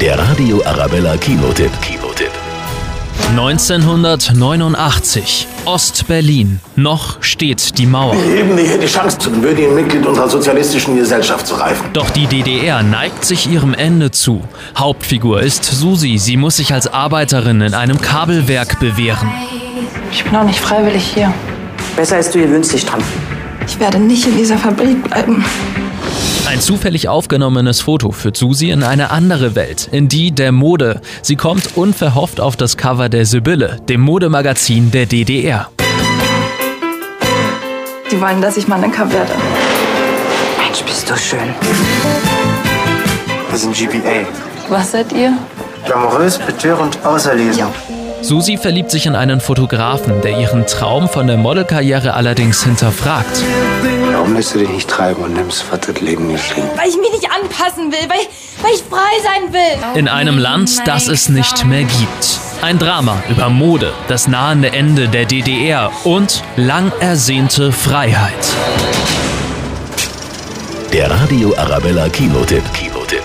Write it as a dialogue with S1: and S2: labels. S1: Der Radio Arabella Kinotipp. Kinotipp.
S2: 1989, Ostberlin. Noch steht die Mauer.
S3: Wir heben hier die Chance zu einem würdigen Mitglied unserer sozialistischen Gesellschaft zu reifen.
S2: Doch die DDR neigt sich ihrem Ende zu. Hauptfigur ist Susi. Sie muss sich als Arbeiterin in einem Kabelwerk bewähren.
S4: Ich bin auch nicht freiwillig hier.
S5: Besser ist, du gewöhnst dich dran.
S4: Ich werde nicht in dieser Fabrik bleiben.
S2: Ein zufällig aufgenommenes Foto führt Susi in eine andere Welt, in die der Mode. Sie kommt unverhofft auf das Cover der Sibylle, dem Modemagazin der DDR.
S4: Die wollen, dass ich Mannequin werde.
S5: Mensch, bist du schön.
S6: Wir sind GPA.
S4: Was seid ihr?
S6: Glamourös, betörend, auserlesen.
S2: Susi verliebt sich in einen Fotografen, der ihren Traum von der Modelkarriere allerdings hinterfragt.
S6: Warum lässt du dich nicht treiben und nimmst, was das Leben nicht schenkt?
S7: weil ich mich nicht anpassen will, weil, weil ich frei sein will.
S2: In einem Land, das es nicht mehr gibt. Ein Drama über Mode, das nahende Ende der DDR und lang ersehnte Freiheit.
S1: Der Radio Arabella Kinotipp. Kinotipp.